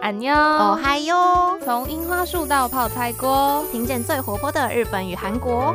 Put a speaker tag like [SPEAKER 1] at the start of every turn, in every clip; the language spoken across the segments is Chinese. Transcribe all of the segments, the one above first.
[SPEAKER 1] 안녕，
[SPEAKER 2] 哦嗨哟！
[SPEAKER 1] 从樱花树到泡菜锅，
[SPEAKER 2] 听见最活泼的日本与韩国。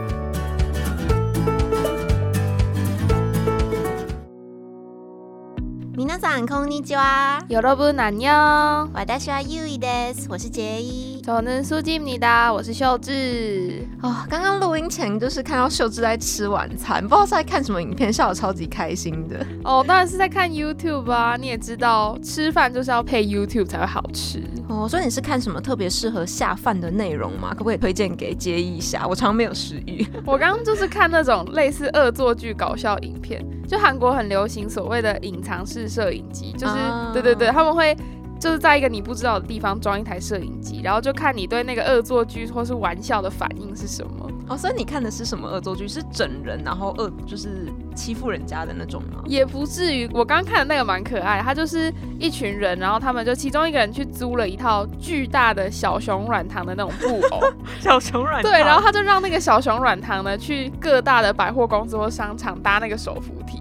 [SPEAKER 2] 皆さんこんにちは。
[SPEAKER 1] 여러분안녕，
[SPEAKER 2] 我是阿 U 一です，我是杰一。
[SPEAKER 1] 저는수지입니다我是秀智。
[SPEAKER 3] 哦，刚刚录音前就是看到秀智在吃晚餐，不知道是在看什么影片，笑得超级开心的。
[SPEAKER 1] 哦，当然是在看 YouTube 啊，你也知道，吃饭就是要配 YouTube 才会好吃。
[SPEAKER 3] 哦，所以你是看什么特别适合下饭的内容吗？可不可以推荐给杰一一下？我常没有食欲。
[SPEAKER 1] 我刚刚就是看那种类似恶作剧搞笑影片，就韩国很流行所谓的隐藏式摄影机，就是、
[SPEAKER 3] 啊
[SPEAKER 1] 对对对，他们会。就是在一个你不知道的地方装一台摄影机，然后就看你对那个恶作剧或是玩笑的反应是什么。
[SPEAKER 3] 哦，所以你看的是什么恶作剧？是整人，然后恶就是欺负人家的那种吗？
[SPEAKER 1] 也不至于。我刚刚看的那个蛮可爱，他就是一群人，然后他们就其中一个人去租了一套巨大的小熊软糖的那种布偶，
[SPEAKER 3] 小熊软
[SPEAKER 1] 对，然后他就让那个小熊软糖呢去各大的百货公司或商场搭那个手扶梯。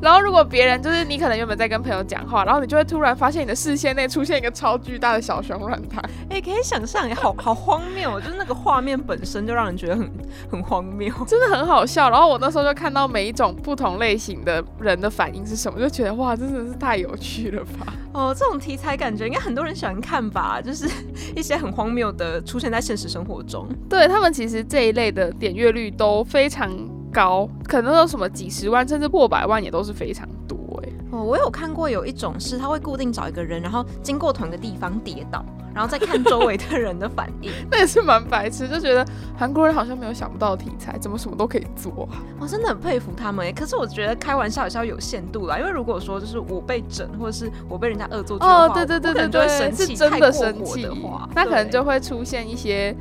[SPEAKER 1] 然后，如果别人就是你，可能原本在跟朋友讲话，然后你就会突然发现你的视线内出现一个超巨大的小熊软糖，
[SPEAKER 3] 哎、可以想象，好好荒谬哦，就是那个画面本身就让人觉得很很荒谬。
[SPEAKER 1] 真的很好笑。然后我那时候就看到每一种不同类型的人的反应是什么，就觉得哇，真的是太有趣了吧。
[SPEAKER 3] 哦，这种题材感觉应该很多人喜欢看吧？就是一些很荒谬的出现在现实生活中。
[SPEAKER 1] 对他们其实这一类的点阅率都非常高，可能都有什么几十万甚至破百万也都是非常多哎、
[SPEAKER 3] 哦，我有看过有一种是他会固定找一个人，然后经过同一个地方跌倒，然后再看周围的人的反 应。
[SPEAKER 1] 那也是蛮白痴，就觉得韩国人好像没有想不到的题材，怎么什么都可以做啊、
[SPEAKER 3] 我、哦真的很佩服他们哎耶。可是我觉得开玩笑也是要有限度啦，因为如果说就是我被整，或者是我被人家恶作剧的话，
[SPEAKER 1] 哦，对对对
[SPEAKER 3] 我可
[SPEAKER 1] 对
[SPEAKER 3] 能就会生
[SPEAKER 1] 对，
[SPEAKER 3] 气，
[SPEAKER 1] 是真的
[SPEAKER 3] 太过
[SPEAKER 1] 生
[SPEAKER 3] 火
[SPEAKER 1] 气
[SPEAKER 3] 的话，，
[SPEAKER 1] 那可能
[SPEAKER 3] 对
[SPEAKER 1] 就会出现一些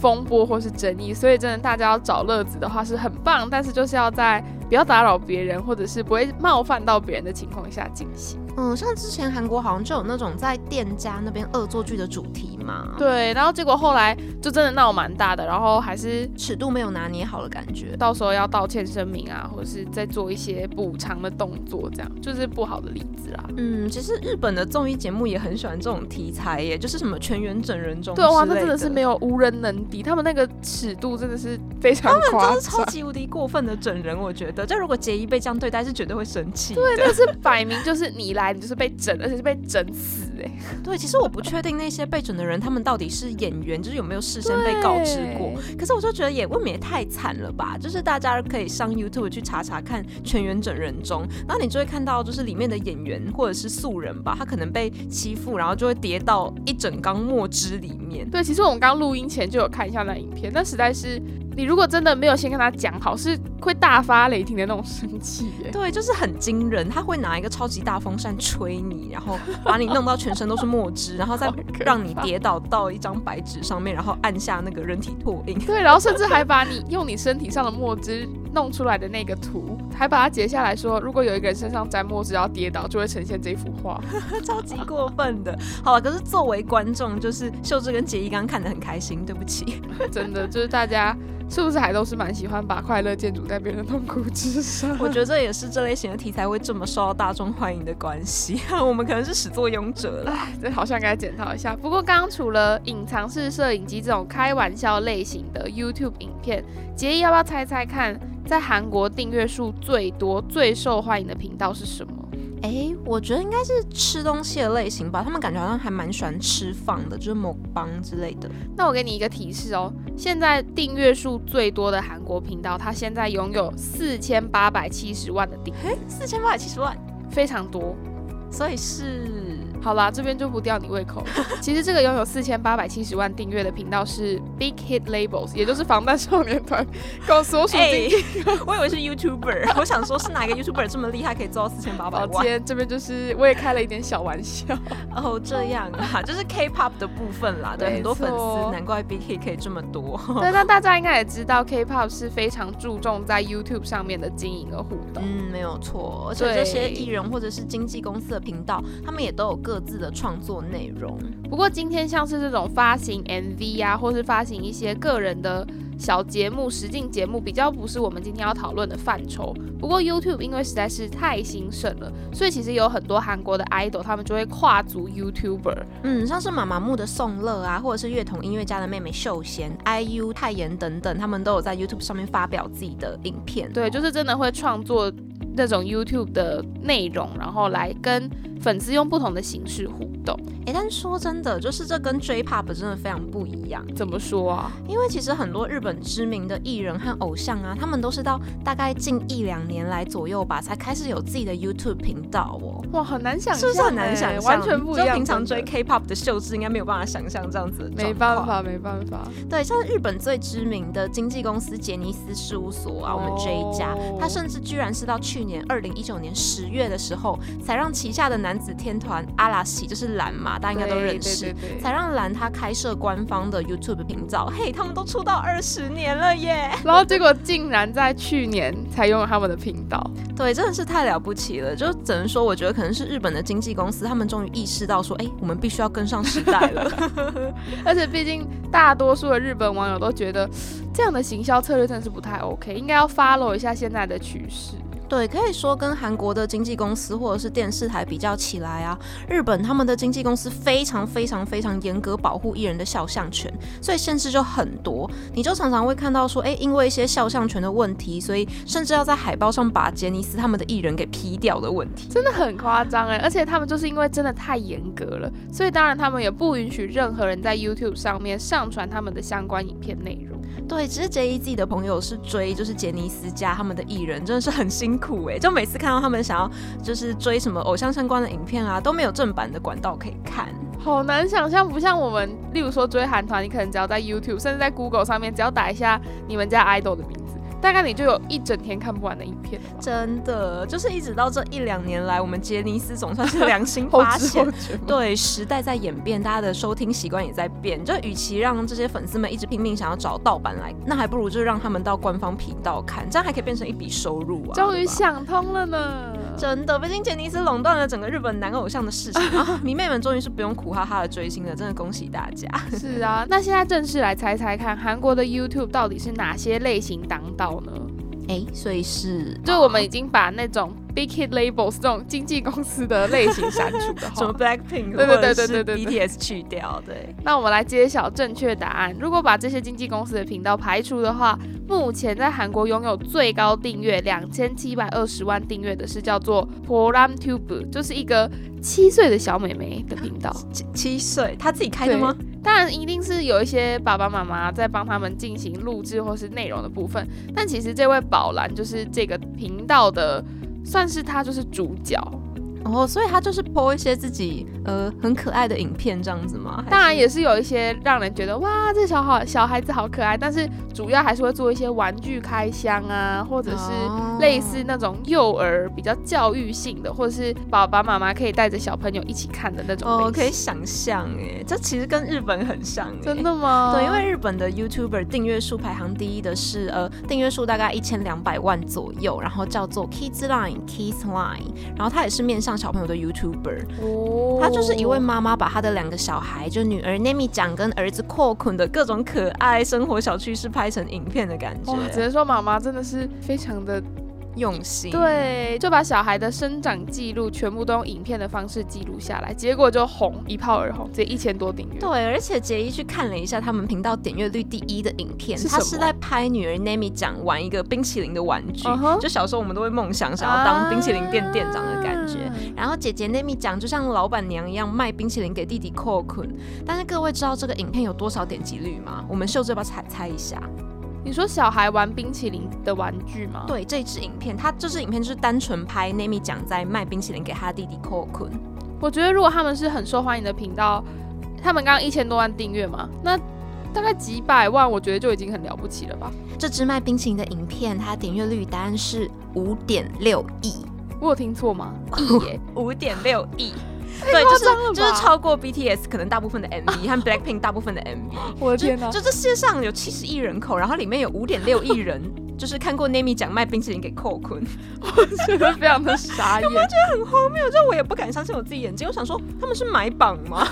[SPEAKER 1] 风波或是争议。所以真的大家要找乐子的话是很棒，但是就是要在不要打扰别人，或者是不会冒犯到别人的情况下进行。啊
[SPEAKER 3] 嗯，像之前韩国好像就有那种在店家那边恶作剧的主题嘛，，
[SPEAKER 1] 对，然后结果后来就真的闹蛮大的，然后还是
[SPEAKER 3] 尺度没有拿捏好的感觉。
[SPEAKER 1] 到时候要道歉声明啊，或者是再做一些补偿的动作，这样就是不好的例子啦。
[SPEAKER 3] 嗯，其实日本的综艺节目也很喜欢这种题材耶，就是什么全员整人中
[SPEAKER 1] 对哇，
[SPEAKER 3] 之
[SPEAKER 1] 那
[SPEAKER 3] 类
[SPEAKER 1] 真的是没有无人能敌，他们那个尺度真的是非常夸
[SPEAKER 3] 真是 超
[SPEAKER 1] 张，
[SPEAKER 3] 级无敌过分的整人，我觉得，就如果杰一被这样对待，是绝对会啊生气的。
[SPEAKER 1] 但是摆明就是你来，你就是被整，而且是被整死哎、
[SPEAKER 3] 对，其实我不确定那些被整的人，他们到底是演员，就是有没有事先被告知过。可是我就觉得也未免也太惨了吧！就是大家可以上 YouTube 去查查看全员整人中，然后你就会看到就是里面的演员或者是素人吧，他可能被欺负，然后就会跌到一整缸墨汁里面。
[SPEAKER 1] 对，其实我们刚录音前就有看一下那影片，但实在是你如果真的没有先跟他讲好，是会大发雷霆的那种生气欸耶、
[SPEAKER 3] 对，就是很惊人，他会拿一个超级大风扇吹你，然后把你弄到全身都是墨汁，然后再让你跌倒到一张白纸上面，然后按下那个人体拓印。
[SPEAKER 1] 对，然后甚至还把你用你身体上的墨汁弄出来的那个图，还把它截下来说，如果有一个人身上沾墨汁然后跌倒，就会呈现这幅画。
[SPEAKER 3] 超级过分的。好啊了，可是作为观众，就是秀智跟杰一刚刚看得很开心，对不起。
[SPEAKER 1] 真的，就是大家是不是还都是蛮喜欢把快乐建筑在别人的痛苦之上？
[SPEAKER 3] 我觉得这也是这类型的题材会这么受到大众欢迎的关系。 我们可能是始作俑者了。
[SPEAKER 1] 这好像该检讨一下。不过，刚刚除了隐藏式摄影机这种开玩笑类型的 YouTube 影片，杰伊要不要猜猜看，在韩国订阅数最多、最受欢迎的频道是什么？
[SPEAKER 3] 哎、我觉得应该是吃东西的类型吧，他们感觉好像还蛮喜欢吃饭的，就是某帮之类的。
[SPEAKER 1] 那我给你一个提示哦，现在订阅数最多的韩国频道，它现在拥有四千八百七十万的订阅，
[SPEAKER 3] 四千八百七十万，
[SPEAKER 1] 非常多。
[SPEAKER 3] 所以是。
[SPEAKER 1] 好啦，这边就不吊你胃口了。其实这个拥有四千八百七十万订阅的频道是 Big Hit Labels，也就是防弹少年团公所属经纪
[SPEAKER 3] 哎、 我以为是 YouTuber，我想说是哪个 YouTuber 这么厉害，可以做到四千八百
[SPEAKER 1] 宝
[SPEAKER 3] 万？
[SPEAKER 1] 剑这边就是我也开了一点小玩笑，
[SPEAKER 3] 哦，这样啊，就是 K-pop 的部分啦，对，
[SPEAKER 1] 没
[SPEAKER 3] 很多粉
[SPEAKER 1] 错
[SPEAKER 3] 丝，难怪 BK 可以这么多。
[SPEAKER 1] 对，那大家应该也知道，K-pop 是非常注重在 YouTube 上面的经营和互动。
[SPEAKER 3] 嗯，没有错，而且
[SPEAKER 1] 对
[SPEAKER 3] 这些艺人或者是经纪公司的频道，他们也都有各各自的创作内容。
[SPEAKER 1] 不过今天像是这种发行 MV 啊，或是发行一些个人的小节目、实境节目，比较不是我们今天要讨论的范畴。不过 YouTube 因为实在是太兴盛了，所以其实有很多韩国的 idol 他们就会跨足 YouTuber。
[SPEAKER 3] 嗯，像是妈妈木的宋乐啊，或者是乐童音乐家的妹妹秀贤、IU、泰妍等等，他们都有在 YouTube 上面发表自己的影片。哦
[SPEAKER 1] 对，就是真的会创作那种 YouTube 的内容，然后来跟粉丝用不同的形式互动。
[SPEAKER 3] 哎，但说真的，就是这跟 J-Pop 真的非常不一样。
[SPEAKER 1] 怎么说啊？
[SPEAKER 3] 因为其实很多日本知名的艺人和偶像啊，他们都是到大概近一两年来左右吧，才开始有自己的 YouTube 频道哦。
[SPEAKER 1] 哇，很难想象、欸，
[SPEAKER 3] 是不是很难想象？
[SPEAKER 1] 完全不一
[SPEAKER 3] 就
[SPEAKER 1] 样。
[SPEAKER 3] 平常追
[SPEAKER 1] 真的
[SPEAKER 3] K-pop 的秀智，应该没有办法想象这样子的状
[SPEAKER 1] 没
[SPEAKER 3] 况
[SPEAKER 1] 办。法，没办法。
[SPEAKER 3] 对，像是日本最知名的经纪公司杰尼斯事务所啊，我们 J 家
[SPEAKER 1] 哦，
[SPEAKER 3] 他甚至居然是到去年二零一九年十月的时候，才让旗下的男子天团阿拉西，就是蓝嘛，大家应该都
[SPEAKER 1] 哦对
[SPEAKER 3] 认识
[SPEAKER 1] 对。对对
[SPEAKER 3] 才让蓝他开设官方的 YouTube 频道，嘿，他们都出道二十年了耶！
[SPEAKER 1] 然后结果竟然在去年才拥有他们的频道，
[SPEAKER 3] 对，真的是太了不起了，就只能说，我觉得可能是日本的经纪公司，他们终于意识到说，哎，我们必须要跟上时代了。
[SPEAKER 1] 而且毕竟大多数的日本网友都觉得这样的行销策略真的是不太 OK，应该要 follow 一下现在的趋势。
[SPEAKER 3] 对，可以说跟韩国的经纪公司或者是电视台比较起来啊，日本他们的经纪公司非常非常非常严格保护艺人的肖像权，所以限制就很多。你就常常会看到说，哎，因为一些肖像权的问题，所以甚至要在海报上把杰尼斯他们的艺人给 P 掉的问题。
[SPEAKER 1] 真的很夸张哎！而且他们就是因为真的太严格了，所以当然他们也不允许任何人在 YouTube 上面上传他们的相关影片内容。
[SPEAKER 3] 对，只是 J E Z 的朋友是追就是杰尼斯家他们的艺人，真的是很辛苦哎、就每次看到他们想要就是追什么偶像相关的影片啊，都没有正版的管道可以看。
[SPEAKER 1] 好难想象，不像我们，例如说追韩团，你可能只要在 YouTube，甚至在 Google 上面，只要打一下你们家 idol 的名字，大概你就有一整天看不完的影片。
[SPEAKER 3] 真的，就是一直到这一两年来，我们杰尼斯总算是 良心
[SPEAKER 1] 后
[SPEAKER 3] 发
[SPEAKER 1] 知
[SPEAKER 3] 现
[SPEAKER 1] 后。觉吗，
[SPEAKER 3] 对，时代在演变，大家的收听习惯也在变。就与其让这些粉丝们一直拼命想要找盗版来，那还不如就让他们到官方频道看，这样还可以变成一笔收入啊！
[SPEAKER 1] 终于
[SPEAKER 3] 对吧
[SPEAKER 1] 想通了呢。
[SPEAKER 3] 真的，毕竟杰尼斯垄断了整个日本男偶像的市场啊！迷妹们终于是不用苦哈哈的追星了，真的恭喜大家！
[SPEAKER 1] 是啊，那现在正式来猜猜看，韩国的 YouTube 到底是哪些类型当道呢？
[SPEAKER 3] 哎、所以是
[SPEAKER 1] 就我们已经把那种 big hit labels 这种经纪公司的类型删除 的
[SPEAKER 3] 哦什
[SPEAKER 1] 话
[SPEAKER 3] 么，Blackpink
[SPEAKER 1] 对对
[SPEAKER 3] 或者
[SPEAKER 1] 对对对
[SPEAKER 3] 是
[SPEAKER 1] 对
[SPEAKER 3] BTS 去掉，对。
[SPEAKER 1] 那我们来揭晓正确答案。如果把这些经纪公司的频道排除的话，目前在韩国拥有最高订阅两千七百二十万订阅的是叫做 Program Tube，就是一个七岁的小妹妹的频道。
[SPEAKER 3] 七七岁，他自己开的吗？
[SPEAKER 1] 当然，一定是有一些爸爸妈妈在帮他们进行录制或是内容的部分，但其实这位宝兰就是这个频道的，算是她就是主角。
[SPEAKER 3] 哦，所以他就是 po 一些自己呃很可爱的影片这样子吗？
[SPEAKER 1] 当然也是有一些让人觉得哇，这小好小孩子好可爱，但是主要还是会做一些玩具开箱啊，或者是
[SPEAKER 3] 哦
[SPEAKER 1] 类似那种幼儿比较教育性的，或者是爸爸妈妈可以带着小朋友一起看的那种类型。
[SPEAKER 3] 哦，可以想象哎，这其实跟日本很像哎，
[SPEAKER 1] 真。的吗？
[SPEAKER 3] 对，因为日本的 YouTuber 订阅数排行第一的是呃，订阅数大概一千两百万左右，然后叫做 Kids Line Kids Line，然后他也是面向小朋友的 YouTuber，
[SPEAKER 1] 哦
[SPEAKER 3] 他就是一位妈妈把她的两个小孩，就女儿 Nami 酱跟儿子 c o c o n 的各种可爱生活小趣事拍成影片的感觉
[SPEAKER 1] 哇，，只能说妈妈真的是非常的
[SPEAKER 3] 用心。
[SPEAKER 1] 对，就把小孩的生长记录全部都用影片的方式记录下来，结果就红一炮而红，直接一千多订阅。
[SPEAKER 3] 对，而且杰伊去看了一下他们频道点阅率第一的影片，
[SPEAKER 1] 是
[SPEAKER 3] 他
[SPEAKER 1] 什
[SPEAKER 3] 是
[SPEAKER 1] 么
[SPEAKER 3] 在拍女儿 Nami 讲玩一个冰淇淋的玩具
[SPEAKER 1] 嗯哼
[SPEAKER 3] 就小时候我们都会梦想想要当冰淇淋店店长的感觉。
[SPEAKER 1] 啊
[SPEAKER 3] 然后姐姐 Nami 讲就像老板娘一样卖冰淇淋给弟弟 c o c o n 但是各位知道这个影片有多少点击率吗？我们秀这把猜猜一下。
[SPEAKER 1] 嗯你说小孩玩冰淇淋的玩具吗？，
[SPEAKER 3] 对，这支影片，它这支影片就是单纯拍 Nami 讲在卖冰淇淋给他弟弟 c o c o n
[SPEAKER 1] 我觉得如果他们是很受欢迎的频道，他们刚刚一千多万订阅嘛，那大概几百万，我觉得就已经很了不起了吧。
[SPEAKER 3] 这支卖冰淇淋的影片，它点阅率答案是五点六亿。
[SPEAKER 1] 我有听错 吗？亿耶、
[SPEAKER 3] 五点六亿。对，就
[SPEAKER 1] 夸张了吧
[SPEAKER 3] 是就是超过 BTS 可能大部分的 MV 和 Blackpink 大部分的 MV，
[SPEAKER 1] 我的
[SPEAKER 3] 就
[SPEAKER 1] 天哪！
[SPEAKER 3] 就这世界上有七十亿人口，然后里面有五点六亿人 就是看过 Nami 讲卖冰淇淋给寇坤，
[SPEAKER 1] 觉得 非常的傻 眼。
[SPEAKER 3] 很荒谬，就我也不敢相信我自己眼睛，我想说他们是买榜吗？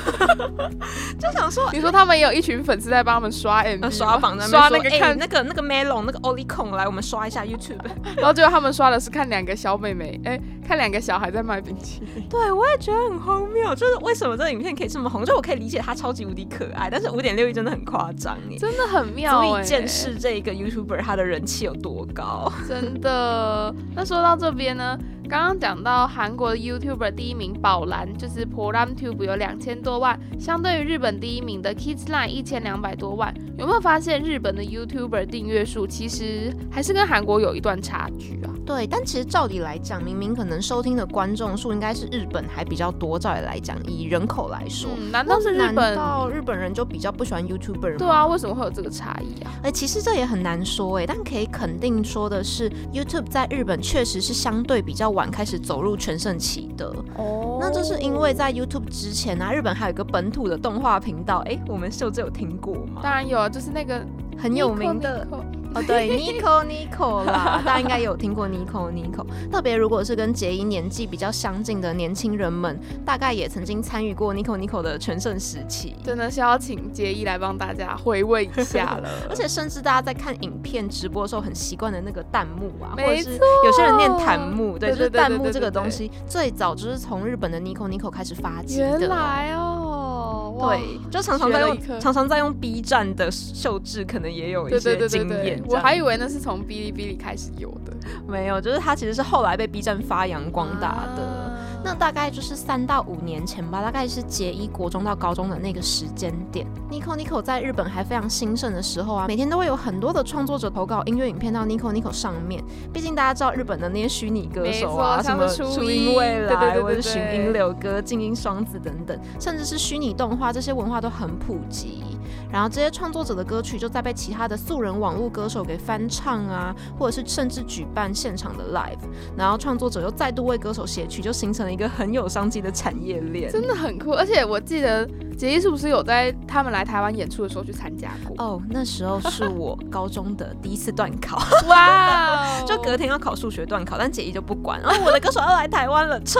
[SPEAKER 3] 就想说。
[SPEAKER 1] 你说他们也有一群粉丝在帮他们刷 MV，吗、
[SPEAKER 3] 呃刷榜在边
[SPEAKER 1] 刷
[SPEAKER 3] 说
[SPEAKER 1] 那个
[SPEAKER 3] 哎
[SPEAKER 1] 看，
[SPEAKER 3] 那个那个 Melon 那个 Oli 控来，我们刷一下 YouTube。
[SPEAKER 1] 然后结果他们刷的是看两个小妹妹，哎、看两个小孩在卖冰淇淋。
[SPEAKER 3] 对，我也觉得很荒谬，就是为什么这个影片可以这么红？就我可以理解它超级无敌可爱，但是五点六亿真的很夸张 耶，
[SPEAKER 1] 真的很妙、
[SPEAKER 3] 足
[SPEAKER 1] 欸，
[SPEAKER 3] 以见识这一个 YouTuber 他的人气有多高。
[SPEAKER 1] 真的。那说到这边呢，刚刚讲到韩国的 YouTuber 第一名宝蓝，就是 PolamTube 有两千多万，相对于日本第一名的 Kidsline 一千两百多万。有没有发现日本的 YouTuber 订阅数其实还是跟韩国有一段差距啊？
[SPEAKER 3] 对，但其实照理来讲，明明可能收听的观众数应该是日本还比较多，照理来讲，以人口来说。
[SPEAKER 1] 嗯，难道是日
[SPEAKER 3] 哦难
[SPEAKER 1] 本？
[SPEAKER 3] 道日本人就比较不喜欢 YouTuber 吗？
[SPEAKER 1] 对啊，，为什么会有这个差异啊？
[SPEAKER 3] 哎，其实这也很难说哎，但可以肯定说的是，YouTube 在日本确实是相对比较晚开始走入全盛期的。
[SPEAKER 1] 哦
[SPEAKER 3] 那这是因为在 YouTube 之前啊，日本还有一个本土的动画频道，哎，我们秀智有听过吗？
[SPEAKER 1] 当然有啊，就是那个
[SPEAKER 3] 很有名的
[SPEAKER 1] Nico，Nico
[SPEAKER 3] 哦，对，Nico Nico 啦，大家应该有听过 Nico Nico。特别如果是跟杰一年纪比较相近的年轻人们，大概也曾经参与过 Nico Nico 的全盛时期。
[SPEAKER 1] 真的是要请杰一来帮大家回味一下了。
[SPEAKER 3] 而且甚至大家在看影片直播的时候，很习惯的那个弹幕啊，或者
[SPEAKER 1] 没
[SPEAKER 3] 是有些人念弹幕，
[SPEAKER 1] 对
[SPEAKER 3] 对，就
[SPEAKER 1] 对
[SPEAKER 3] 是
[SPEAKER 1] 对
[SPEAKER 3] 弹
[SPEAKER 1] 对
[SPEAKER 3] 幕
[SPEAKER 1] 对
[SPEAKER 3] 这个
[SPEAKER 1] 对
[SPEAKER 3] 东西最早就是从日本的 Nico Nico 开始发起的。
[SPEAKER 1] 原来哦，哇
[SPEAKER 3] 对，就常常在
[SPEAKER 1] 学了一
[SPEAKER 3] 用
[SPEAKER 1] 课
[SPEAKER 3] 常常在用 B 站的秀智，可能也有一
[SPEAKER 1] 对对
[SPEAKER 3] 些
[SPEAKER 1] 对
[SPEAKER 3] 经
[SPEAKER 1] 对
[SPEAKER 3] 验这样。
[SPEAKER 1] 对，我还以为那是从哔哩哔哩开始有的，
[SPEAKER 3] 没有，就是他其实是后来被 B 站发扬光大的。
[SPEAKER 1] 啊
[SPEAKER 3] 那大概就是三到五年前吧，大概是结一国中到高中的那个时间点。Nico Nico 在日本还非常兴盛的时候啊，每天都会有很多的创作者投稿音乐影片到 Nico Nico 上面。毕竟大家知道日本的那些虚拟歌手啊，
[SPEAKER 1] 没错
[SPEAKER 3] 什
[SPEAKER 1] 像
[SPEAKER 3] 么
[SPEAKER 1] 是初
[SPEAKER 3] 初
[SPEAKER 1] 音
[SPEAKER 3] 音未来，
[SPEAKER 1] 对对对对
[SPEAKER 3] 或者是寻
[SPEAKER 1] 对
[SPEAKER 3] 音柳歌、静音双子等等，甚至是虚拟动画，这些文化都很普及。然后这些创作者的歌曲就在被其他的素人网络歌手给翻唱啊，或者是甚至举办现场的 live。然后创作者又再度为歌手写曲，就形成了一个很有商机的产业链。
[SPEAKER 1] 真的很酷。而且我记得杰一是不是有在他们来台湾演出的时候去参加过？
[SPEAKER 3] 哦，那时候是我高中的第一次段考，
[SPEAKER 1] 哇哦
[SPEAKER 3] 就隔天要考数学段考，但姐一就不管，然后 我的歌手要来台湾了，冲！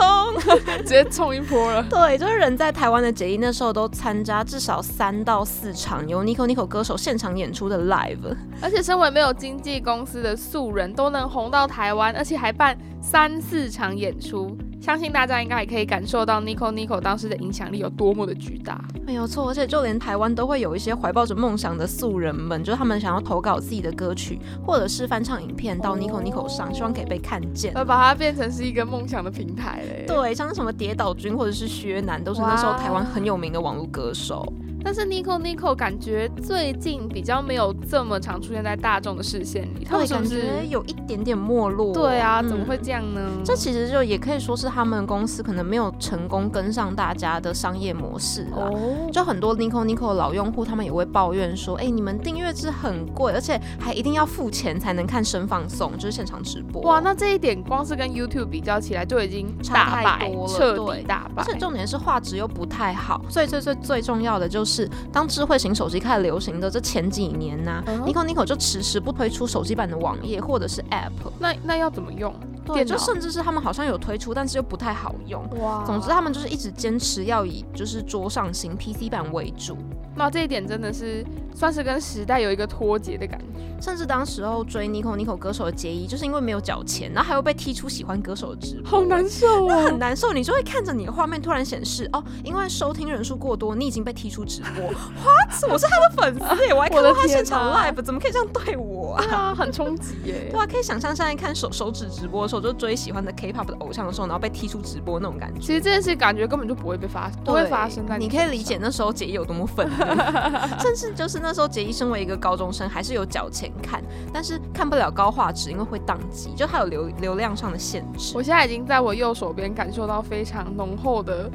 [SPEAKER 1] 直接冲一波了。
[SPEAKER 3] 对，就是人在台湾的姐一那时候都参加至少三到四场由 Nico Nico 歌手现场演出的 live，
[SPEAKER 1] 而且身为没有经纪公司的素人都能红到台湾，而且还办三四场演出，相信大家应该也可以感受到 Nico Nico 当时的影响力有多么的巨大。
[SPEAKER 3] 没有错，而且就连台湾都会有一些怀抱着梦想的素人们，就是他们想要投稿自己的歌曲或者是翻唱影片到 Nico Nico 上，希望可以被看见。
[SPEAKER 1] 而把它变成是一个梦想的平台嘞。，
[SPEAKER 3] 对，像什么跌倒君或者是薛南，都是那时候台湾很有名的网络歌手。
[SPEAKER 1] 但是 Nico Nico 感觉最近比较没有这么常出现在大众的视线里，他
[SPEAKER 3] 对，
[SPEAKER 1] 们是
[SPEAKER 3] 感
[SPEAKER 1] 不
[SPEAKER 3] 觉
[SPEAKER 1] 是？
[SPEAKER 3] 有一点点没落。
[SPEAKER 1] 对啊，
[SPEAKER 3] 嗯
[SPEAKER 1] 怎么会这样呢？
[SPEAKER 3] 这其实就也可以说是他们公司可能没有成功跟上大家的商业模式啦。
[SPEAKER 1] 哦，
[SPEAKER 3] 就很多 Nico Nico 的老用户，他们也会抱怨说：“哎、你们订阅制很贵，而且还一定要付钱才能看声放送，就是现场直播。”
[SPEAKER 1] 哇，那这一点光是跟 YouTube 比较起来就已经
[SPEAKER 3] 差
[SPEAKER 1] 大
[SPEAKER 3] 太
[SPEAKER 1] 败
[SPEAKER 3] 多，了
[SPEAKER 1] 彻
[SPEAKER 3] 对
[SPEAKER 1] 底大败
[SPEAKER 3] 而。且重点是画质又不太好，最最最最重要的就是，当智慧型手机开始流行的这前几年呐、
[SPEAKER 1] 嗯
[SPEAKER 3] n i c o Nico 就迟迟不推出手机版的网页或者是 App，
[SPEAKER 1] 那那要怎么用？
[SPEAKER 3] 对，
[SPEAKER 1] 电
[SPEAKER 3] 就
[SPEAKER 1] 脑
[SPEAKER 3] 甚至是他们好像有推出，但是又不太好用。
[SPEAKER 1] 哇
[SPEAKER 3] 总之，他们就是一直坚持要以就是桌上型 PC 版为主，
[SPEAKER 1] 那这一点真的是算是跟时代有一个脱节的感觉。
[SPEAKER 3] 甚至当时候追 Nico Nico 歌手的杰伊，就是因为没有缴钱，然后还会被踢出喜欢歌手的直播，
[SPEAKER 1] 好难受
[SPEAKER 3] 那
[SPEAKER 1] 哦！
[SPEAKER 3] 很难受，你就会看着你的画面突然显示哦，因为收听人数过多，你已经被踢出直播。What？我是他的粉丝耶，我还看过他现场
[SPEAKER 1] 我的
[SPEAKER 3] live，怎么可以这样对我 啊？
[SPEAKER 1] 对啊，很冲击耶
[SPEAKER 3] 对。啊，可以想象现在看手手指直播的时候，就追喜欢的 K-pop 的偶像的时候，然后被踢出直播那种感觉。
[SPEAKER 1] 其实这件事感觉根本就不会被发，不会发生在
[SPEAKER 3] 你
[SPEAKER 1] 你
[SPEAKER 3] 可以
[SPEAKER 1] 身
[SPEAKER 3] 理
[SPEAKER 1] 上
[SPEAKER 3] 解那时候杰一有多么愤怒， 甚至就是那时候杰一 身为一个高中生，还是有缴钱看，但是看不了高画质，因为会宕机，就它有流流量上的限制。
[SPEAKER 1] 我现在已经在我右手边感受到非常浓厚的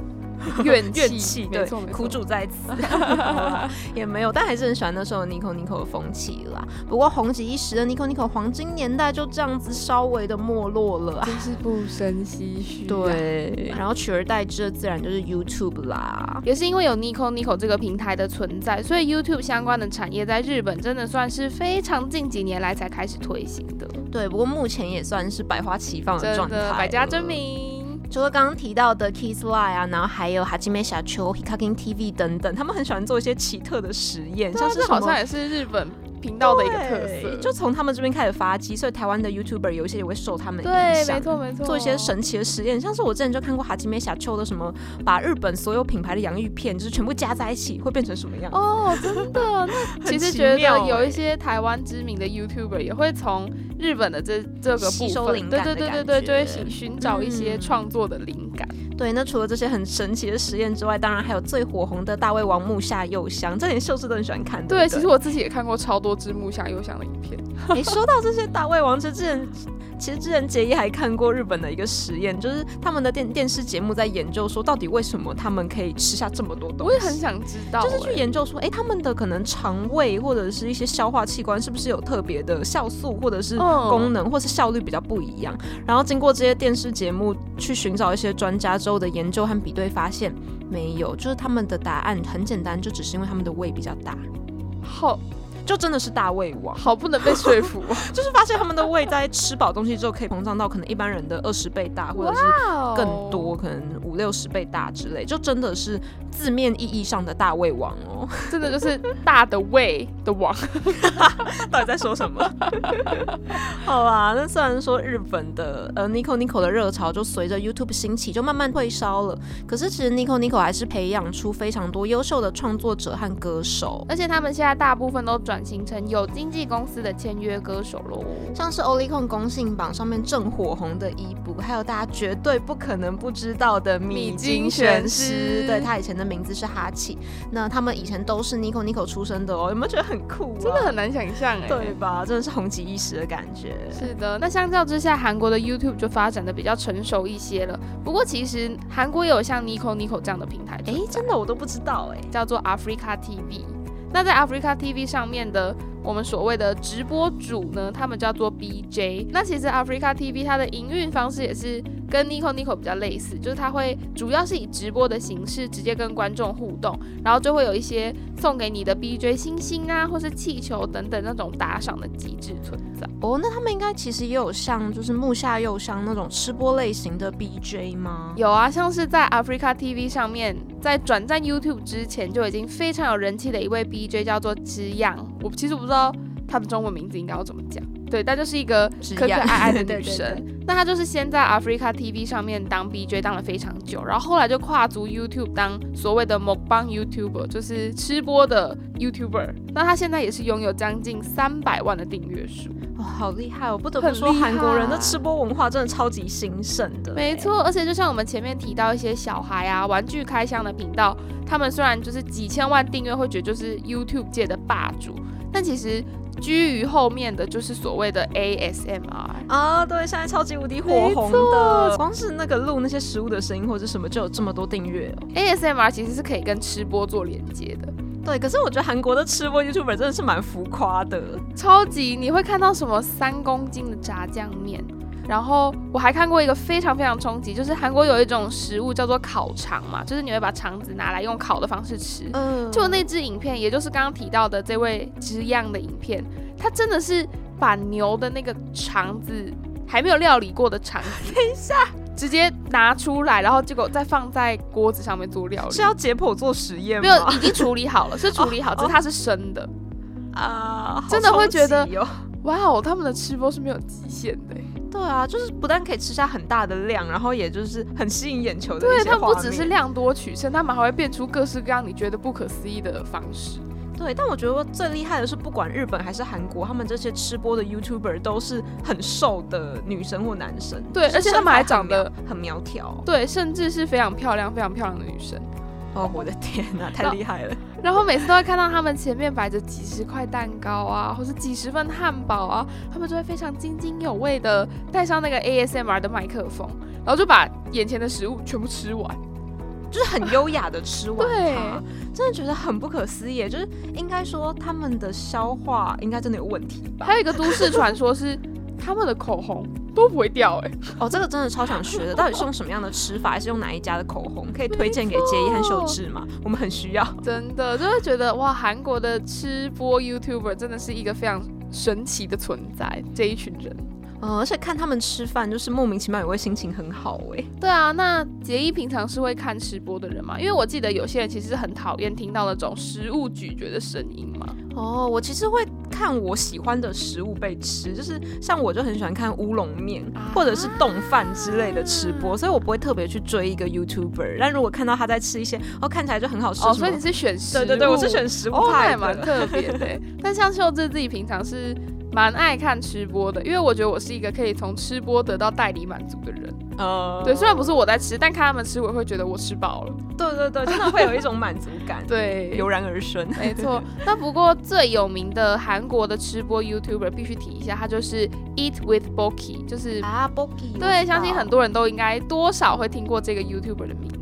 [SPEAKER 1] 怨
[SPEAKER 3] 怨
[SPEAKER 1] 气
[SPEAKER 3] 气，
[SPEAKER 1] 没
[SPEAKER 3] 对
[SPEAKER 1] 错没，错
[SPEAKER 3] 苦主在 此，也没有，但还是很喜欢那时候 Nico Nico 的风气啦。不过红极一时的 Nico Nico 黄金年代就这样子稍微的没落了啊。
[SPEAKER 1] 真是不胜唏嘘、，
[SPEAKER 3] 对，然后取而代之的自然就是 YouTube 啦。
[SPEAKER 1] 也是因为有 Nico Nico 这个平台的存在，所以 YouTube 相关的产业在日本真的算是非常近几年来才开始推行的，
[SPEAKER 3] 对，不过目前也算是百花齐放的
[SPEAKER 1] 真
[SPEAKER 3] 状态
[SPEAKER 1] 的
[SPEAKER 3] 了，
[SPEAKER 1] 百家争鸣。
[SPEAKER 3] 除了刚刚提到的 Kiss Lie 啊，然后还有 Hajime 小丘、Hikakin TV 等等，他们很喜欢做一些奇特的实验，
[SPEAKER 1] 对啊
[SPEAKER 3] 像是
[SPEAKER 1] 这
[SPEAKER 3] 什
[SPEAKER 1] 好
[SPEAKER 3] 么
[SPEAKER 1] 像也是日本频道的一个特
[SPEAKER 3] 对
[SPEAKER 1] 色，
[SPEAKER 3] 就从他们这边开始发迹，所以台湾的 YouTuber 有一些也会受他们的影
[SPEAKER 1] 对，没
[SPEAKER 3] 响。
[SPEAKER 1] 错没错，
[SPEAKER 3] 做一些神奇的实验，像是我之前就看过哈基梅小丘的什么，把日本所有品牌的洋芋片就是全部加在一起，会变成什么样？
[SPEAKER 1] 哦，真的。 那其实
[SPEAKER 3] 奇
[SPEAKER 1] 觉
[SPEAKER 3] 妙
[SPEAKER 1] 得
[SPEAKER 3] 欸
[SPEAKER 1] 有一些台湾知名的 YouTuber 也会从日本的这这个部
[SPEAKER 3] 吸收
[SPEAKER 1] 分，
[SPEAKER 3] 灵
[SPEAKER 1] 对
[SPEAKER 3] 感
[SPEAKER 1] 对
[SPEAKER 3] 的
[SPEAKER 1] 对对
[SPEAKER 3] 感
[SPEAKER 1] 对，就会
[SPEAKER 3] 觉
[SPEAKER 1] 寻寻找一些
[SPEAKER 3] 嗯
[SPEAKER 1] 创作的灵感。
[SPEAKER 3] 对，那除了这些很神奇的实验之外，当然还有最火红的大胃王木下佑香，这连秀智都很喜欢看。
[SPEAKER 1] 对，
[SPEAKER 3] 不
[SPEAKER 1] 其实我自己也看过超多只木下优香的影片。
[SPEAKER 3] 你说到这些大胃王，其实之前其实之前杰一还看过日本的一个实验，就是他们的电电视节目在研究说，到底为什么他们可以吃下这么多东西。
[SPEAKER 1] 我也很想知道欸、
[SPEAKER 3] 就是去研究说，哎、他们的可能肠胃或者是一些消化器官是不是有特别的酵素，或者是
[SPEAKER 1] 嗯
[SPEAKER 3] 功能，或是效率比较不一样。然后经过这些电视节目去寻找一些专家之后的研究和比对，发现没有，就是他们的答案很简单，就只是因为他们的胃比较大，
[SPEAKER 1] 好
[SPEAKER 3] 就真的是大胃王。
[SPEAKER 1] 好不能被说服啊。
[SPEAKER 3] 就是发现他们的胃在吃饱东西之后，可以膨胀到可能一般人的二十倍大，或者是
[SPEAKER 1] 哦
[SPEAKER 3] 更多，可能五六十倍大之类，就真的是字面意义上的大胃王哦。
[SPEAKER 1] 真的就是大的胃的王，
[SPEAKER 3] 到底在说什么？ 好啦，那虽然说日本的呃 Nico Nico 的热潮就随着 YouTube 兴起就慢慢退烧了，可是其实 Nico Nico 还是培养出非常多优秀的创作者和歌手。
[SPEAKER 1] 而且他们现在大部分都转型成有经纪公司的签约歌手喽。
[SPEAKER 3] 像是 Olicon 公信榜上面正火红的伊布，还有大家绝对不可能不知道的米津玄
[SPEAKER 1] 米津玄
[SPEAKER 3] 师
[SPEAKER 1] 师，
[SPEAKER 3] 对他以前的名字是哈奇。那他们以前都是 Nico Nico 出身的哦，有没有觉得很酷、啊？
[SPEAKER 1] 真的很难想象哎、
[SPEAKER 3] 对吧？真的是红极一时的感觉。
[SPEAKER 1] 是的，那相较之下，韩国的 YouTube 就发展的比较成熟一些了。不过其实韩国也有像 Nico Nico 这样的平台存
[SPEAKER 3] 哎
[SPEAKER 1] 在，，
[SPEAKER 3] 真的我都不知道哎、
[SPEAKER 1] 叫做 Africa TV。那在 Africa TV 上面的我们所谓的直播主呢，他们叫做 BJ。那其实 Africa TV 它的营运方式也是跟 Nico Nico 比较类似，就是它会主要是以直播的形式直接跟观众互动，然后就会有一些送给你的 BJ 星星啊，或是气球等等那种打赏的机制存在。
[SPEAKER 3] 哦，那他们应该其实也有像就是木下佑香那种吃播类型的 BJ 吗？
[SPEAKER 1] 有啊，像是在 Africa TV 上面，在转战 YouTube 之前就已经非常有人气的一位 BJ 叫做知样，我其实不知道她的中文名字应该要怎么讲，对，但就是一个
[SPEAKER 3] 知
[SPEAKER 1] 可可
[SPEAKER 3] 样
[SPEAKER 1] 爱爱的
[SPEAKER 3] 对
[SPEAKER 1] 女
[SPEAKER 3] 对
[SPEAKER 1] 生。那她就是先在 Africa TV 上面当 BJ 当了非常久，然后后来就跨足 YouTube 当所谓的 Mukbang YouTuber，就是吃播的 YouTuber。那她现在也是拥有将近三百万的订阅数。
[SPEAKER 3] 哦，好厉害哦！不得不
[SPEAKER 1] 很
[SPEAKER 3] 说，
[SPEAKER 1] 厉
[SPEAKER 3] 韩国人的
[SPEAKER 1] 害
[SPEAKER 3] 吃播文化真的超级兴盛的。
[SPEAKER 1] 没，错，而且就像我们前面提到一些小孩啊、玩具开箱的频道，他们虽然就是几千万订阅，会觉得就是 YouTube 界的霸主，但其实居于后面的就是所谓的 ASMR。
[SPEAKER 3] 啊，对，现在超级无敌火红的，光是那个录那些食物的声音或者什么，就有这么多订阅、哦。
[SPEAKER 1] ASMR 其实是可以跟吃播做连接的，
[SPEAKER 3] 对，可是我觉得韩国的吃播 YouTuber 真的是蛮浮夸的。
[SPEAKER 1] 超级你会看到什么三公斤的炸酱面。然后我还看过一个非常非常冲击，就是韩国有一种食物叫做烤肠嘛，就是你会把肠子拿来用烤的方式吃。
[SPEAKER 3] 嗯，
[SPEAKER 1] 就那支影片，也就是刚刚提到的这位之样的影片，他真的是把牛的那个肠子还没有料理过的肠子， 等一下，直接拿出来，然后结果再放在锅子上面做料理
[SPEAKER 3] 是。要解剖做实验吗？
[SPEAKER 1] 没有，已经处理好了，是处理好，
[SPEAKER 3] 哦
[SPEAKER 1] 只是它是生的。
[SPEAKER 3] 啊，好
[SPEAKER 1] 真的会觉得
[SPEAKER 3] 冲击哦
[SPEAKER 1] 哇哦，他们的吃播是没有极限的欸，
[SPEAKER 3] 对啊，就是不但可以吃下很大的量，然后也就是很吸引眼球的一
[SPEAKER 1] 对
[SPEAKER 3] 些
[SPEAKER 1] 他们不
[SPEAKER 3] 画
[SPEAKER 1] 只是
[SPEAKER 3] 面
[SPEAKER 1] 量多取胜，他们还会变出各式各样你觉得不可思议的方式。
[SPEAKER 3] 对，但我觉得最厉害的是，不管日本还是韩国，他们这些吃播的 YouTuber 都是很瘦的女生或男生，
[SPEAKER 1] 对
[SPEAKER 3] 就是
[SPEAKER 1] 而且他们还长
[SPEAKER 3] 身材啊
[SPEAKER 1] 得
[SPEAKER 3] 很苗很苗条。
[SPEAKER 1] 对，甚至是非常漂亮、非常漂亮的女生。
[SPEAKER 3] 哦，我的天 哪、太厉害了！
[SPEAKER 1] 然后每次都会看到他们前面摆着几十块蛋糕啊，或是几十份汉堡啊，他们就会非常津津有味的带上那个 ASMR 的麦克风，然后就把眼前的食物全部吃完。
[SPEAKER 3] 就是很优雅的吃完
[SPEAKER 1] 对
[SPEAKER 3] 它，真的觉得很不可思议。就是应该说他们的消化应该真的有问题吧？
[SPEAKER 1] 还有一个都市传说是他们的口红都不会掉、欸，哎，
[SPEAKER 3] 哦，这个真的超想学 的，到底是用什么样的吃法，还是用哪一家的口红？可以推荐给杰一和秀智吗？我们很需要。
[SPEAKER 1] 真的就会觉得哇，韩国的吃播 YouTuber 真的是一个非常神奇的存在，这一群人。
[SPEAKER 3] 嗯，而且看他们吃饭，就是莫名其妙也会心情很好哎、
[SPEAKER 1] 对啊，那杰一平常是会看吃播的人嘛？因为我记得有些人其实很讨厌听到那种食物咀嚼的声音嘛。
[SPEAKER 3] 哦，我其实会看我喜欢的食物被吃，就是像我就很喜欢看乌龙面
[SPEAKER 1] 啊
[SPEAKER 3] 或者是冻饭之类的吃播，所以我不会特别去追一个 YouTuber。但如果看到他在吃一些哦看起来就很好吃
[SPEAKER 1] 哦，
[SPEAKER 3] 什
[SPEAKER 1] 所以
[SPEAKER 3] 么
[SPEAKER 1] 你是选食物？
[SPEAKER 3] 对对对，我是选食物
[SPEAKER 1] 哦，那
[SPEAKER 3] 派
[SPEAKER 1] 也蛮
[SPEAKER 3] 的。
[SPEAKER 1] 特别的欸。但像秀智自己平常是蛮爱看吃播的，因为我觉得我是一个可以从吃播得到代理满足的人。
[SPEAKER 3] 呃
[SPEAKER 1] 对，虽然不是我在吃，但看他们吃，我会觉得我吃饱了。，
[SPEAKER 3] 对对对，真的会有一种满足感
[SPEAKER 1] 对，
[SPEAKER 3] 油然而生。
[SPEAKER 1] 没 错，那不过最有名的韩国的吃播 YouTuber 必须提一下，他就是 Eat with Boki，就是、
[SPEAKER 2] 啊 b o k i
[SPEAKER 1] 对，相信很多人都应该多少会听过这个 YouTuber 的名字。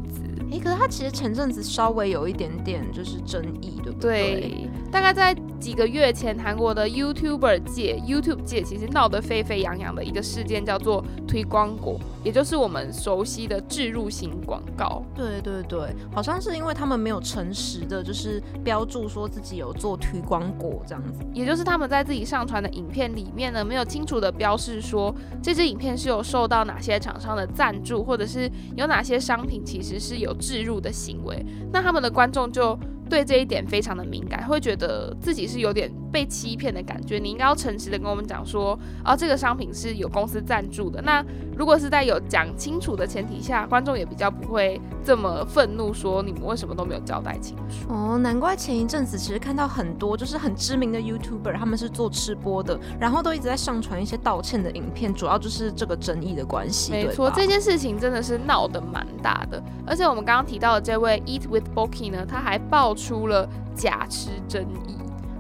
[SPEAKER 3] 哎、可是他其实前阵子稍微有一点点就是争议，对不对？
[SPEAKER 1] 对，大概在几个月前，韩国的 YouTuber 界、YouTube 界其实闹得沸沸扬扬的一个事件，叫做推广果，也就是我们熟悉的植入型广告。
[SPEAKER 3] 对对对，好像是因为他们没有诚实的，就是标注说自己有做推广果这样子。
[SPEAKER 1] 也就是他们在自己上传的影片里面呢，没有清楚的标示说这支影片是有受到哪些厂商的赞助，或者是有哪些商品其实是有置入的行为。那他们的观众就对这一点非常的敏感，会觉得自己是有点被欺骗的感觉。你应该要诚实的跟我们讲说，啊，这个商品是有公司赞助的。那如果是在有讲清楚的前提下，观众也比较不会这么愤怒，说你们为什么都没有交代清楚。
[SPEAKER 3] 哦，难怪前一阵子其实看到很多就是很知名的 YouTuber，他们是做吃播的，然后都一直在上传一些道歉的影片，主要就是这个争议的关系，
[SPEAKER 1] 没
[SPEAKER 3] 对
[SPEAKER 1] 错，
[SPEAKER 3] 吧
[SPEAKER 1] 这件事情真的是闹得蛮大的。而且我们刚刚提到的这位 Eat with Boki 呢，他还爆出了假吃争议。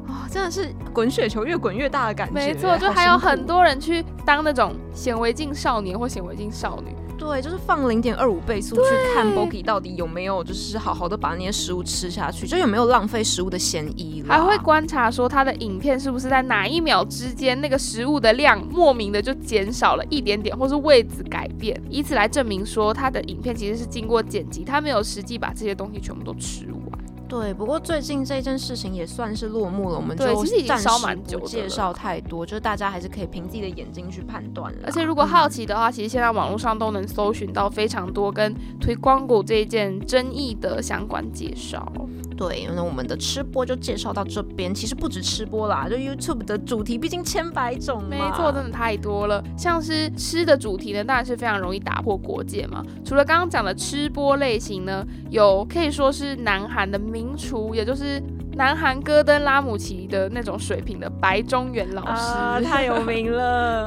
[SPEAKER 3] 哦，真的是滚雪球越滚越大的感觉。
[SPEAKER 1] 没错，就
[SPEAKER 3] 好
[SPEAKER 1] 还有
[SPEAKER 3] 辛苦
[SPEAKER 1] 很多人去当那种显微镜少年或显微镜少女。
[SPEAKER 3] 对，就是放零点二五倍速去看 Bogi 到底有没有就是好好的把那些食物吃下去，就有没有浪费食物的嫌疑啦，
[SPEAKER 1] 还会观察说他的影片是不是在哪一秒之间，那个食物的量莫名的就减少了一点点，或是位置改变，以此来证明说他的影片其实是经过剪辑，他没有实际把这些东西全部都吃完。
[SPEAKER 3] 对，不过最近这件事情也算是落幕了，我们
[SPEAKER 1] 对
[SPEAKER 3] 就
[SPEAKER 1] 其实已经
[SPEAKER 3] 暂
[SPEAKER 1] 烧
[SPEAKER 3] 时
[SPEAKER 1] 蛮久
[SPEAKER 3] 不
[SPEAKER 1] 的
[SPEAKER 3] 介
[SPEAKER 1] 了
[SPEAKER 3] 绍太多，就是大家还是可以凭自己的眼睛去判断啦。嗯
[SPEAKER 1] 而且如果好奇的话，其实现在网络上都能搜寻到非常多跟推广股这一件争议的相关介绍。
[SPEAKER 3] 对，那我们的吃播就介绍到这边。其实不止吃播啦，就 YouTube 的主题，毕竟千百种嘛。
[SPEAKER 1] 没错，真的太多了。像是吃的主题呢，当然是非常容易打破国界嘛。除了刚刚讲的吃播类型呢，有可以说是南韩的名厨，也就是南韩戈登拉姆齐的那种水平的白中原老师，
[SPEAKER 3] 啊，太有名 了。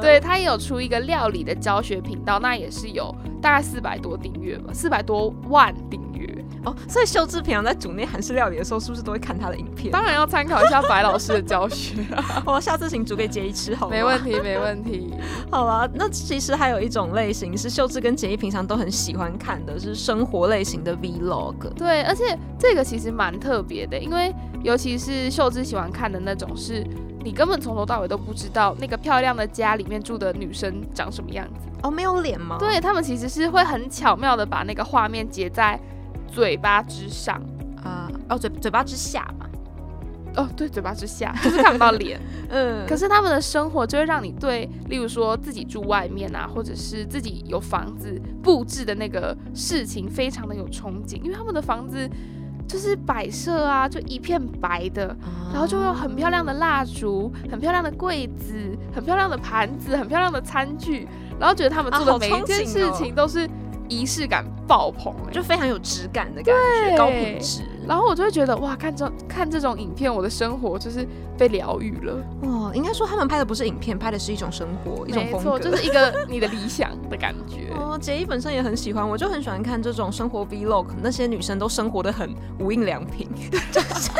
[SPEAKER 1] 对他也有出一个料理的教学频道，那也是有大概四百多订阅吧，四百多万订阅。
[SPEAKER 3] 哦，所以秀智平常在煮那韩式料理的时候，是不是都会看他的影片？
[SPEAKER 1] 当然要参考一下白老师的教学，
[SPEAKER 3] 我下次请煮给杰一吃好吗？
[SPEAKER 1] 没问题，没问题。
[SPEAKER 3] 好啦，那其实还有一种类型是秀智跟杰一平常都很喜欢看的，是生活类型的 Vlog。
[SPEAKER 1] 对，而且这个其实蛮特别的，因为尤其是秀智喜欢看的那种是。你根本从头到尾都不知道那个漂亮的家里面住的女生长什么样子。
[SPEAKER 3] 哦，没有脸吗？
[SPEAKER 1] 对他们其实是会很巧妙的把那个画面截在嘴巴之上，
[SPEAKER 3] 啊、哦，嘴嘴巴之下嘛。
[SPEAKER 1] 哦，对，嘴巴之下，就是看不到脸。
[SPEAKER 3] 嗯，
[SPEAKER 1] 可是他们的生活就会让你对，例如说自己住外面啊，或者是自己有房子布置的那个事情，非常的有憧憬，因为他们的房子就是摆设啊，就一片白的，然后就会
[SPEAKER 3] 啊
[SPEAKER 1] 有很漂亮的蜡烛、很漂亮的柜子、很漂亮的盘子、很漂亮的餐具，然后觉得他们
[SPEAKER 3] 啊
[SPEAKER 1] 做的
[SPEAKER 3] 好
[SPEAKER 1] 每一
[SPEAKER 3] 憧
[SPEAKER 1] 件
[SPEAKER 3] 憬
[SPEAKER 1] 事
[SPEAKER 3] 哦
[SPEAKER 1] 情都是仪式感爆棚、欸，
[SPEAKER 3] 就非常有质感的感觉，高品质。
[SPEAKER 1] 然后我就会觉得哇，看这看看这种影片，我的生活就是被疗愈了。
[SPEAKER 3] 哇，哦应该说他们拍的不是影片，拍的是一种生活，一种
[SPEAKER 1] 没
[SPEAKER 3] 风
[SPEAKER 1] 错，
[SPEAKER 3] 格。
[SPEAKER 1] 就是一个你的理想的感 觉。
[SPEAKER 3] 哦，杰一本身也很喜欢，我就很喜欢看这种生活 vlog，那些女生都生活的很无印良品， 就是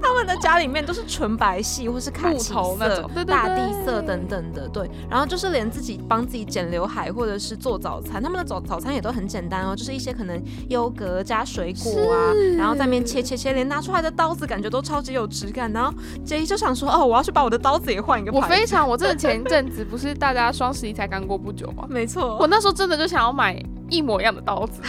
[SPEAKER 3] 他们的家里面都是纯白系或是卡
[SPEAKER 1] 木
[SPEAKER 3] 其
[SPEAKER 1] 头那
[SPEAKER 3] 色
[SPEAKER 1] 种、对对
[SPEAKER 3] 大地
[SPEAKER 1] 对
[SPEAKER 3] 色等等的，对。然后就是连自己帮自己剪刘海或者是做早餐，他们的早早餐也都很简单哦，就是一些可能优格加水果啊，然后在那边切切切，连拿出来的刀子感觉都超级有质感。然后杰一就想说，哦，我要去把我的刀子也换一个
[SPEAKER 1] 我
[SPEAKER 3] 牌
[SPEAKER 1] 非
[SPEAKER 3] 子。
[SPEAKER 1] 常，我真的前一阵子不是大家双十一才刚过不久 吗？
[SPEAKER 3] 没错，
[SPEAKER 1] 我那时候真的就想要买一模一样的刀子。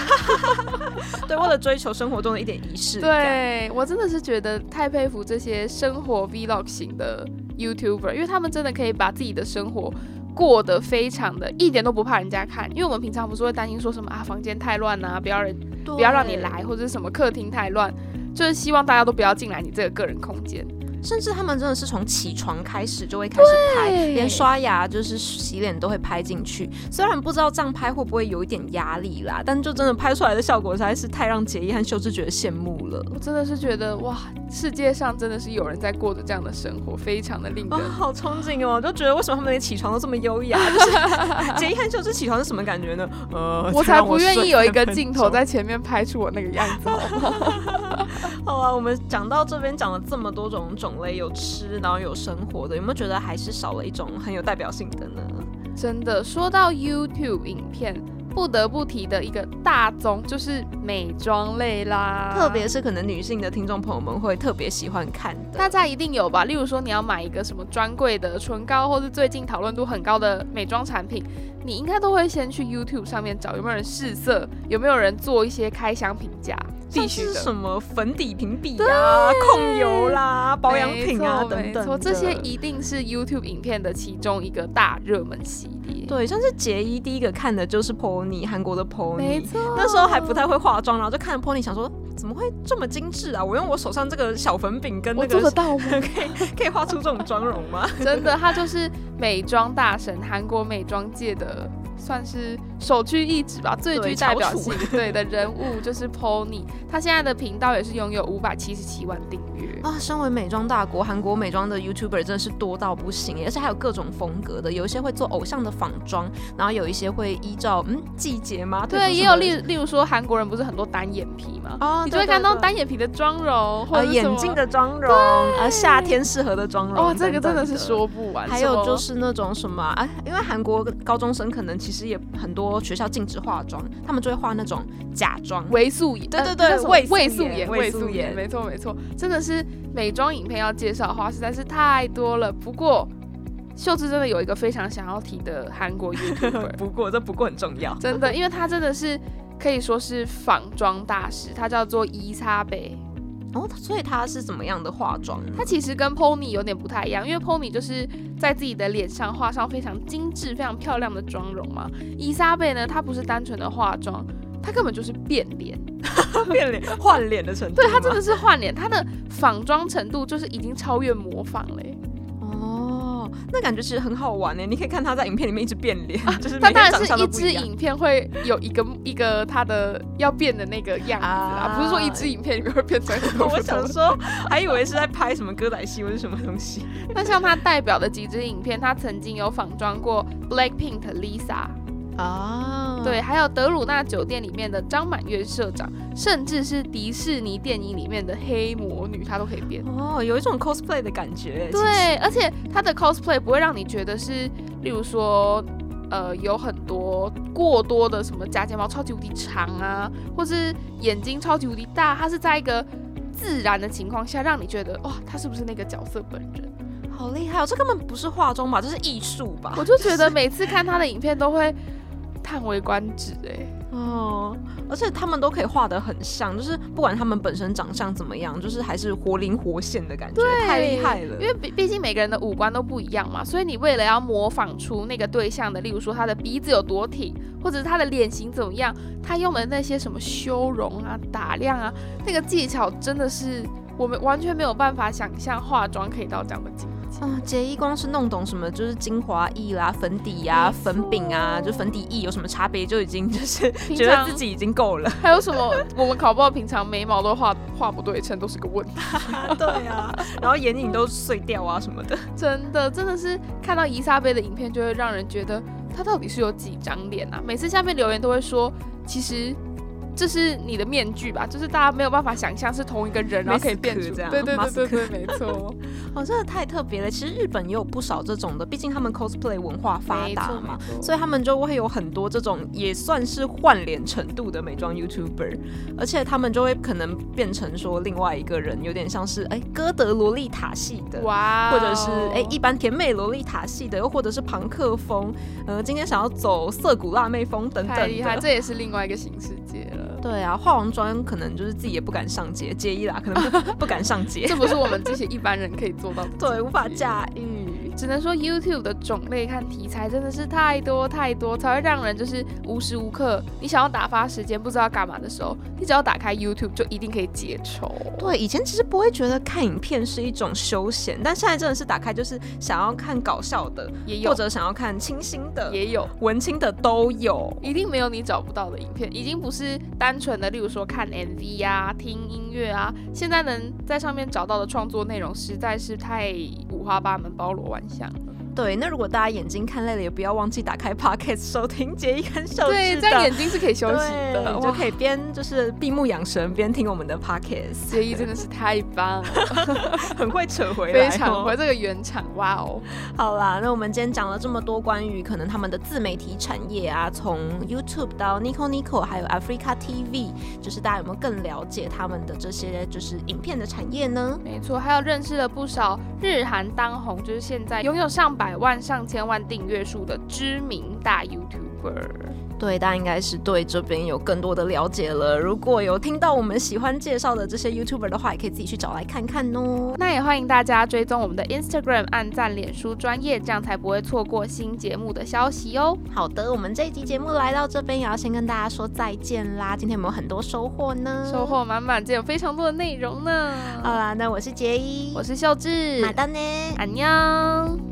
[SPEAKER 3] 对，为了追求生活中的一点仪式感。
[SPEAKER 1] 对我真的是觉得太佩服这些生活 vlog 型的 YouTuber，因为他们真的可以把自己的生活。过得非常的，一点都不怕人家看，因为我们平常不是会担心说什么啊，房间太乱啊，不要人不要让你
[SPEAKER 3] 对
[SPEAKER 1] 来，或者是什么客厅太乱，就是希望大家都不要进来你这个个人空间。
[SPEAKER 3] 甚至他们真的是从起床开始就会开始拍，
[SPEAKER 1] 对
[SPEAKER 3] 连刷牙就是洗脸都会拍进去。虽然不知道这样拍会不会有一点压力啦，但就真的拍出来的效果实在是太让杰一和秀智觉得羡慕了。
[SPEAKER 1] 我真的是觉得哇，世界上真的是有人在过着这样的生活，非常的令
[SPEAKER 3] 啊、
[SPEAKER 1] 人。
[SPEAKER 3] 好憧憬哦！就觉得为什么他们连起床都这么优雅？就是杰一和秀智起床是什么感觉呢？ 呃，
[SPEAKER 1] 我
[SPEAKER 3] 就
[SPEAKER 1] 才
[SPEAKER 3] 让
[SPEAKER 1] 不愿
[SPEAKER 3] 睡
[SPEAKER 1] 意有一
[SPEAKER 3] 三
[SPEAKER 1] 个
[SPEAKER 3] 分
[SPEAKER 1] 镜
[SPEAKER 3] 钟
[SPEAKER 1] 头在前面拍出我那个样 子，好吗
[SPEAKER 3] 好啊，我们讲到这边讲了这么多种种类，有吃，然后有生活的，有没有觉得还是少了一种很有代表性的呢？
[SPEAKER 1] 真的。说到 YouTube 影片，不得不提的一个大宗就是美妆类啦，
[SPEAKER 3] 特别是可能女性的听众朋友们会特别喜欢看的。
[SPEAKER 1] 大家一定有吧？例如说，你要买一个什么专柜的唇膏，或是最近讨论度很高的美妆产品，你应该都会先去 YouTube 上面找有没有人试色，有没有人做一些开箱评价，必
[SPEAKER 3] 像
[SPEAKER 1] 须
[SPEAKER 3] 是
[SPEAKER 1] 的。
[SPEAKER 3] 什么粉底评比啊、控油啦、保养品啊
[SPEAKER 1] 没错
[SPEAKER 3] 等
[SPEAKER 1] 没错
[SPEAKER 3] 等，
[SPEAKER 1] 这些一定是 YouTube 影片的其中一个大热门系列。，
[SPEAKER 3] 对，像是杰一第一个看的就是 Pony，韩国的
[SPEAKER 1] 没
[SPEAKER 3] Pony。
[SPEAKER 1] 错。
[SPEAKER 3] 那时候还不太会化妆，然后就看 Pony，想说怎么会这么精致啊？我用我手上这个小粉饼跟那
[SPEAKER 1] 我做得
[SPEAKER 3] 个
[SPEAKER 1] 到吗？
[SPEAKER 3] 可以可以画出这种妆容吗？
[SPEAKER 1] 真的，他就是美妆大神，韩国美妆界的算是首屈一指吧，最具
[SPEAKER 3] 对
[SPEAKER 1] 代表
[SPEAKER 3] 翘楚
[SPEAKER 1] 性 对的人物就是 Pony，他现在的频道也是拥有五百七十七万订阅。
[SPEAKER 3] 啊，身为美妆大国，韩国美妆的 YouTuber 真的是多到不行耶，而且还有各种风格的，有一些会做偶像的仿妆，然后有一些会依照嗯季节吗？推
[SPEAKER 1] 对，
[SPEAKER 3] 出
[SPEAKER 1] 也
[SPEAKER 3] 什么
[SPEAKER 1] 有例例如说韩国人不是很多单眼皮吗？
[SPEAKER 3] 哦，
[SPEAKER 1] 你就
[SPEAKER 3] 对
[SPEAKER 1] 会看到。
[SPEAKER 3] 对对
[SPEAKER 1] 单眼皮的妆容，或
[SPEAKER 3] 呃，
[SPEAKER 1] 者是什
[SPEAKER 3] 眼
[SPEAKER 1] 么
[SPEAKER 3] 镜的妆容，呃，夏天适合的妆容，
[SPEAKER 1] 哦，这个
[SPEAKER 3] 等
[SPEAKER 1] 真
[SPEAKER 3] 等
[SPEAKER 1] 的是。说不完。
[SPEAKER 3] 还
[SPEAKER 1] 什
[SPEAKER 3] 有
[SPEAKER 1] 么
[SPEAKER 3] 就是那种什么啊，因为韩国高中生可能其实也很多学校禁止化妆，他们就会化那种假妆，
[SPEAKER 1] 维素颜，
[SPEAKER 3] 对
[SPEAKER 1] 呃
[SPEAKER 3] 对
[SPEAKER 1] 那
[SPEAKER 3] 对
[SPEAKER 1] 叫什么
[SPEAKER 3] 伪素
[SPEAKER 1] 伪素
[SPEAKER 3] 颜
[SPEAKER 1] 颜，
[SPEAKER 3] 伪
[SPEAKER 1] 伪
[SPEAKER 3] 素
[SPEAKER 1] 素颜，
[SPEAKER 3] 颜
[SPEAKER 1] 没错没错，真的是美妆影片要介绍的话实在是太多了。不过秀智真的有一个非常想要提的韩国 YouTuber，
[SPEAKER 3] 不过这不过很重要。
[SPEAKER 1] 真的，因为他真的是可以说是仿妆大师，他叫做伊莎贝。
[SPEAKER 3] 哦，所以它是怎么样的化 妆呢？
[SPEAKER 1] 他其实跟 Pony 有点不太一样，因为 Pony 就是在自己的脸上画上非常精致、非常漂亮的妆容嘛。伊莎贝呢，她不是单纯的化妆，她根本就是变脸。
[SPEAKER 3] 变脸换脸的程度吗，
[SPEAKER 1] 对他真的是换脸，他的仿妆程度就是已经超越模仿了耶。
[SPEAKER 3] 哦，那感觉其实很好玩呢。欸你可以看他在影片里面一直变脸， 就是
[SPEAKER 1] 他
[SPEAKER 3] 每
[SPEAKER 1] 啊当
[SPEAKER 3] 天
[SPEAKER 1] 然
[SPEAKER 3] 长相
[SPEAKER 1] 是
[SPEAKER 3] 都
[SPEAKER 1] 一
[SPEAKER 3] 不
[SPEAKER 1] 支
[SPEAKER 3] 一样。
[SPEAKER 1] 影片会有一个一个他的要变的那个样子啦，
[SPEAKER 3] 啊
[SPEAKER 1] 不是说一支影片里面会变成很多
[SPEAKER 3] 我
[SPEAKER 1] 不
[SPEAKER 3] 想
[SPEAKER 1] 同。
[SPEAKER 3] 说，还以为是在拍什么歌仔戏或是什么 东西。
[SPEAKER 1] 那像他代表的几支影片，他曾经有仿妆过 Blackpink 的 Lisa，
[SPEAKER 3] 啊，
[SPEAKER 1] 对，还有德鲁纳酒店里面的张满月社长，甚至是迪士尼电影里面的黑魔女，他都可以变。
[SPEAKER 3] 哦，有一种 cosplay 的感觉。欸其实，
[SPEAKER 1] 对，而且它的 cosplay 不会让你觉得是，例如说，呃，有很多过多的什么假睫毛超级无敌长啊，或是眼睛超级无敌大，它是在一个自然的情况下，让你觉得哇，他是不是那个角色本 人？
[SPEAKER 3] 好厉害哦！这根本不是化妆吧，这是艺术吧？
[SPEAKER 1] 我就觉得每次看他的影片都会叹为观止哎、
[SPEAKER 3] 哦，而且他们都可以画得很像，就是不管他们本身长相怎么样，就是还是活灵活现的感觉，太厉害了。
[SPEAKER 1] 因为毕毕竟每个人的五官都不一样嘛，所以你为了要模仿出那个对象的，例如说他的鼻子有多挺，或者是他的脸型怎么样，他用的那些什么修容啊、打亮啊，那个技巧真的是我们完全没有办法想象化妆可以到这样的境界。
[SPEAKER 3] 哦，杰一光是弄懂什么就是精华液啦、粉底呀、
[SPEAKER 1] 没错
[SPEAKER 3] 粉饼啊，就粉底液有什么差别，就已经 就是
[SPEAKER 1] 平
[SPEAKER 3] 觉得
[SPEAKER 1] 常
[SPEAKER 3] 自己已经够了。
[SPEAKER 1] 还有什么？我们考不好，平常眉毛都画画不对称，都是个问题。
[SPEAKER 3] 对啊， 然后眼影都碎掉啊什么的。
[SPEAKER 1] 真的，真的是看到伊莎贝的影片，就会让人觉得她到底是有几张脸啊？每次下面留言都会说，其实这是你的面具吧，就是大家没有办法想象是同一个人，然后可以变出
[SPEAKER 3] Mask 这样
[SPEAKER 1] 对对对对
[SPEAKER 3] Mask
[SPEAKER 1] 对，没错，
[SPEAKER 3] 哦，真的太特别了。其实日本也有不少这种的，毕竟他们 cosplay 文化发
[SPEAKER 1] 没
[SPEAKER 3] 达
[SPEAKER 1] 错
[SPEAKER 3] 嘛，，
[SPEAKER 1] 没错
[SPEAKER 3] 所以他们就会有很多这种也算是换脸程度的美妆 YouTuber，而且他们就会可能变成说另外一个人，有点像是哎哥德萝莉塔系的。
[SPEAKER 1] 哇哦，
[SPEAKER 3] 或者是哎、一般甜美萝莉塔系的，又或者是朋克风，呃，今天想要走涩谷辣妹风等等
[SPEAKER 1] 太厉害，
[SPEAKER 3] 的。
[SPEAKER 1] 这也是另外一个新 世界了。
[SPEAKER 3] 对啊，化完妆可能就是自己也不敢上街，介意啦，可 能不不敢上街，，
[SPEAKER 1] 这不是我们这些一般人可以做到的
[SPEAKER 3] 对，无法
[SPEAKER 1] 解。
[SPEAKER 3] 驾驭。
[SPEAKER 1] 只能说 YouTube 的种类和题材真的是太多太多，才会让人就是无时无刻你想要打发时间不知道干嘛的时候，你只要打开 YouTube 就一定可以解愁。
[SPEAKER 3] 对，以前其实不会觉得看影片是一种休闲，但现在真的是打开就是想要看搞笑的，
[SPEAKER 1] 也
[SPEAKER 3] 或
[SPEAKER 1] 有
[SPEAKER 3] 者想要看清新的、
[SPEAKER 1] 也有，
[SPEAKER 3] 文青的都有。
[SPEAKER 1] 一定没有你找不到的影片，已经不是单纯的例如说看 MV 啊、听音乐啊，现在能在上面找到的创作内容实在是太五花八门、包罗万象。
[SPEAKER 3] 对，那如果大家眼睛看累了，也不要忘记打开 Podcast 收听杰一跟小
[SPEAKER 1] 对，
[SPEAKER 3] 智
[SPEAKER 1] 这样
[SPEAKER 3] 的
[SPEAKER 1] 眼睛是可以休息
[SPEAKER 3] 对
[SPEAKER 1] 的。
[SPEAKER 3] 就
[SPEAKER 1] 哇，
[SPEAKER 3] 可以边就是闭目养神，边听我们的 podcast，
[SPEAKER 1] 杰一真的是太棒了，
[SPEAKER 3] 很会扯 回来、哦
[SPEAKER 1] 非常会。这个原厂，哇哦！
[SPEAKER 3] 好啦，那我们今天讲了这么多关于可能他们的自媒体产业啊，从 YouTube 到 Nico Nico，还有 Africa TV，就是大家有没有更了解他们的这些就是影片的产业呢？
[SPEAKER 1] 没错，还有认识了不少日韩当红，就是现在拥有上百万、上千万订阅数的知名大 YouTuber。
[SPEAKER 3] 对，大家应该是对这边有更多的了解了。如果有听到我们喜欢介绍的这些 YouTuber 的话，也可以自己去找来看看哦。
[SPEAKER 1] 那也欢迎大家追踪我们的 Instagram、按赞、脸书专业，这样才不会错过新节目的消息哦。
[SPEAKER 3] 好的，我们这一集节目来到这边，也要先跟大家说再见啦。今天有没有很多收获呢？
[SPEAKER 1] 收。获满满，这有非常多的内容呢。
[SPEAKER 3] 呃好啦，那我是杰一，
[SPEAKER 1] 我是秀智，
[SPEAKER 2] 马丹呢？
[SPEAKER 1] 安妞。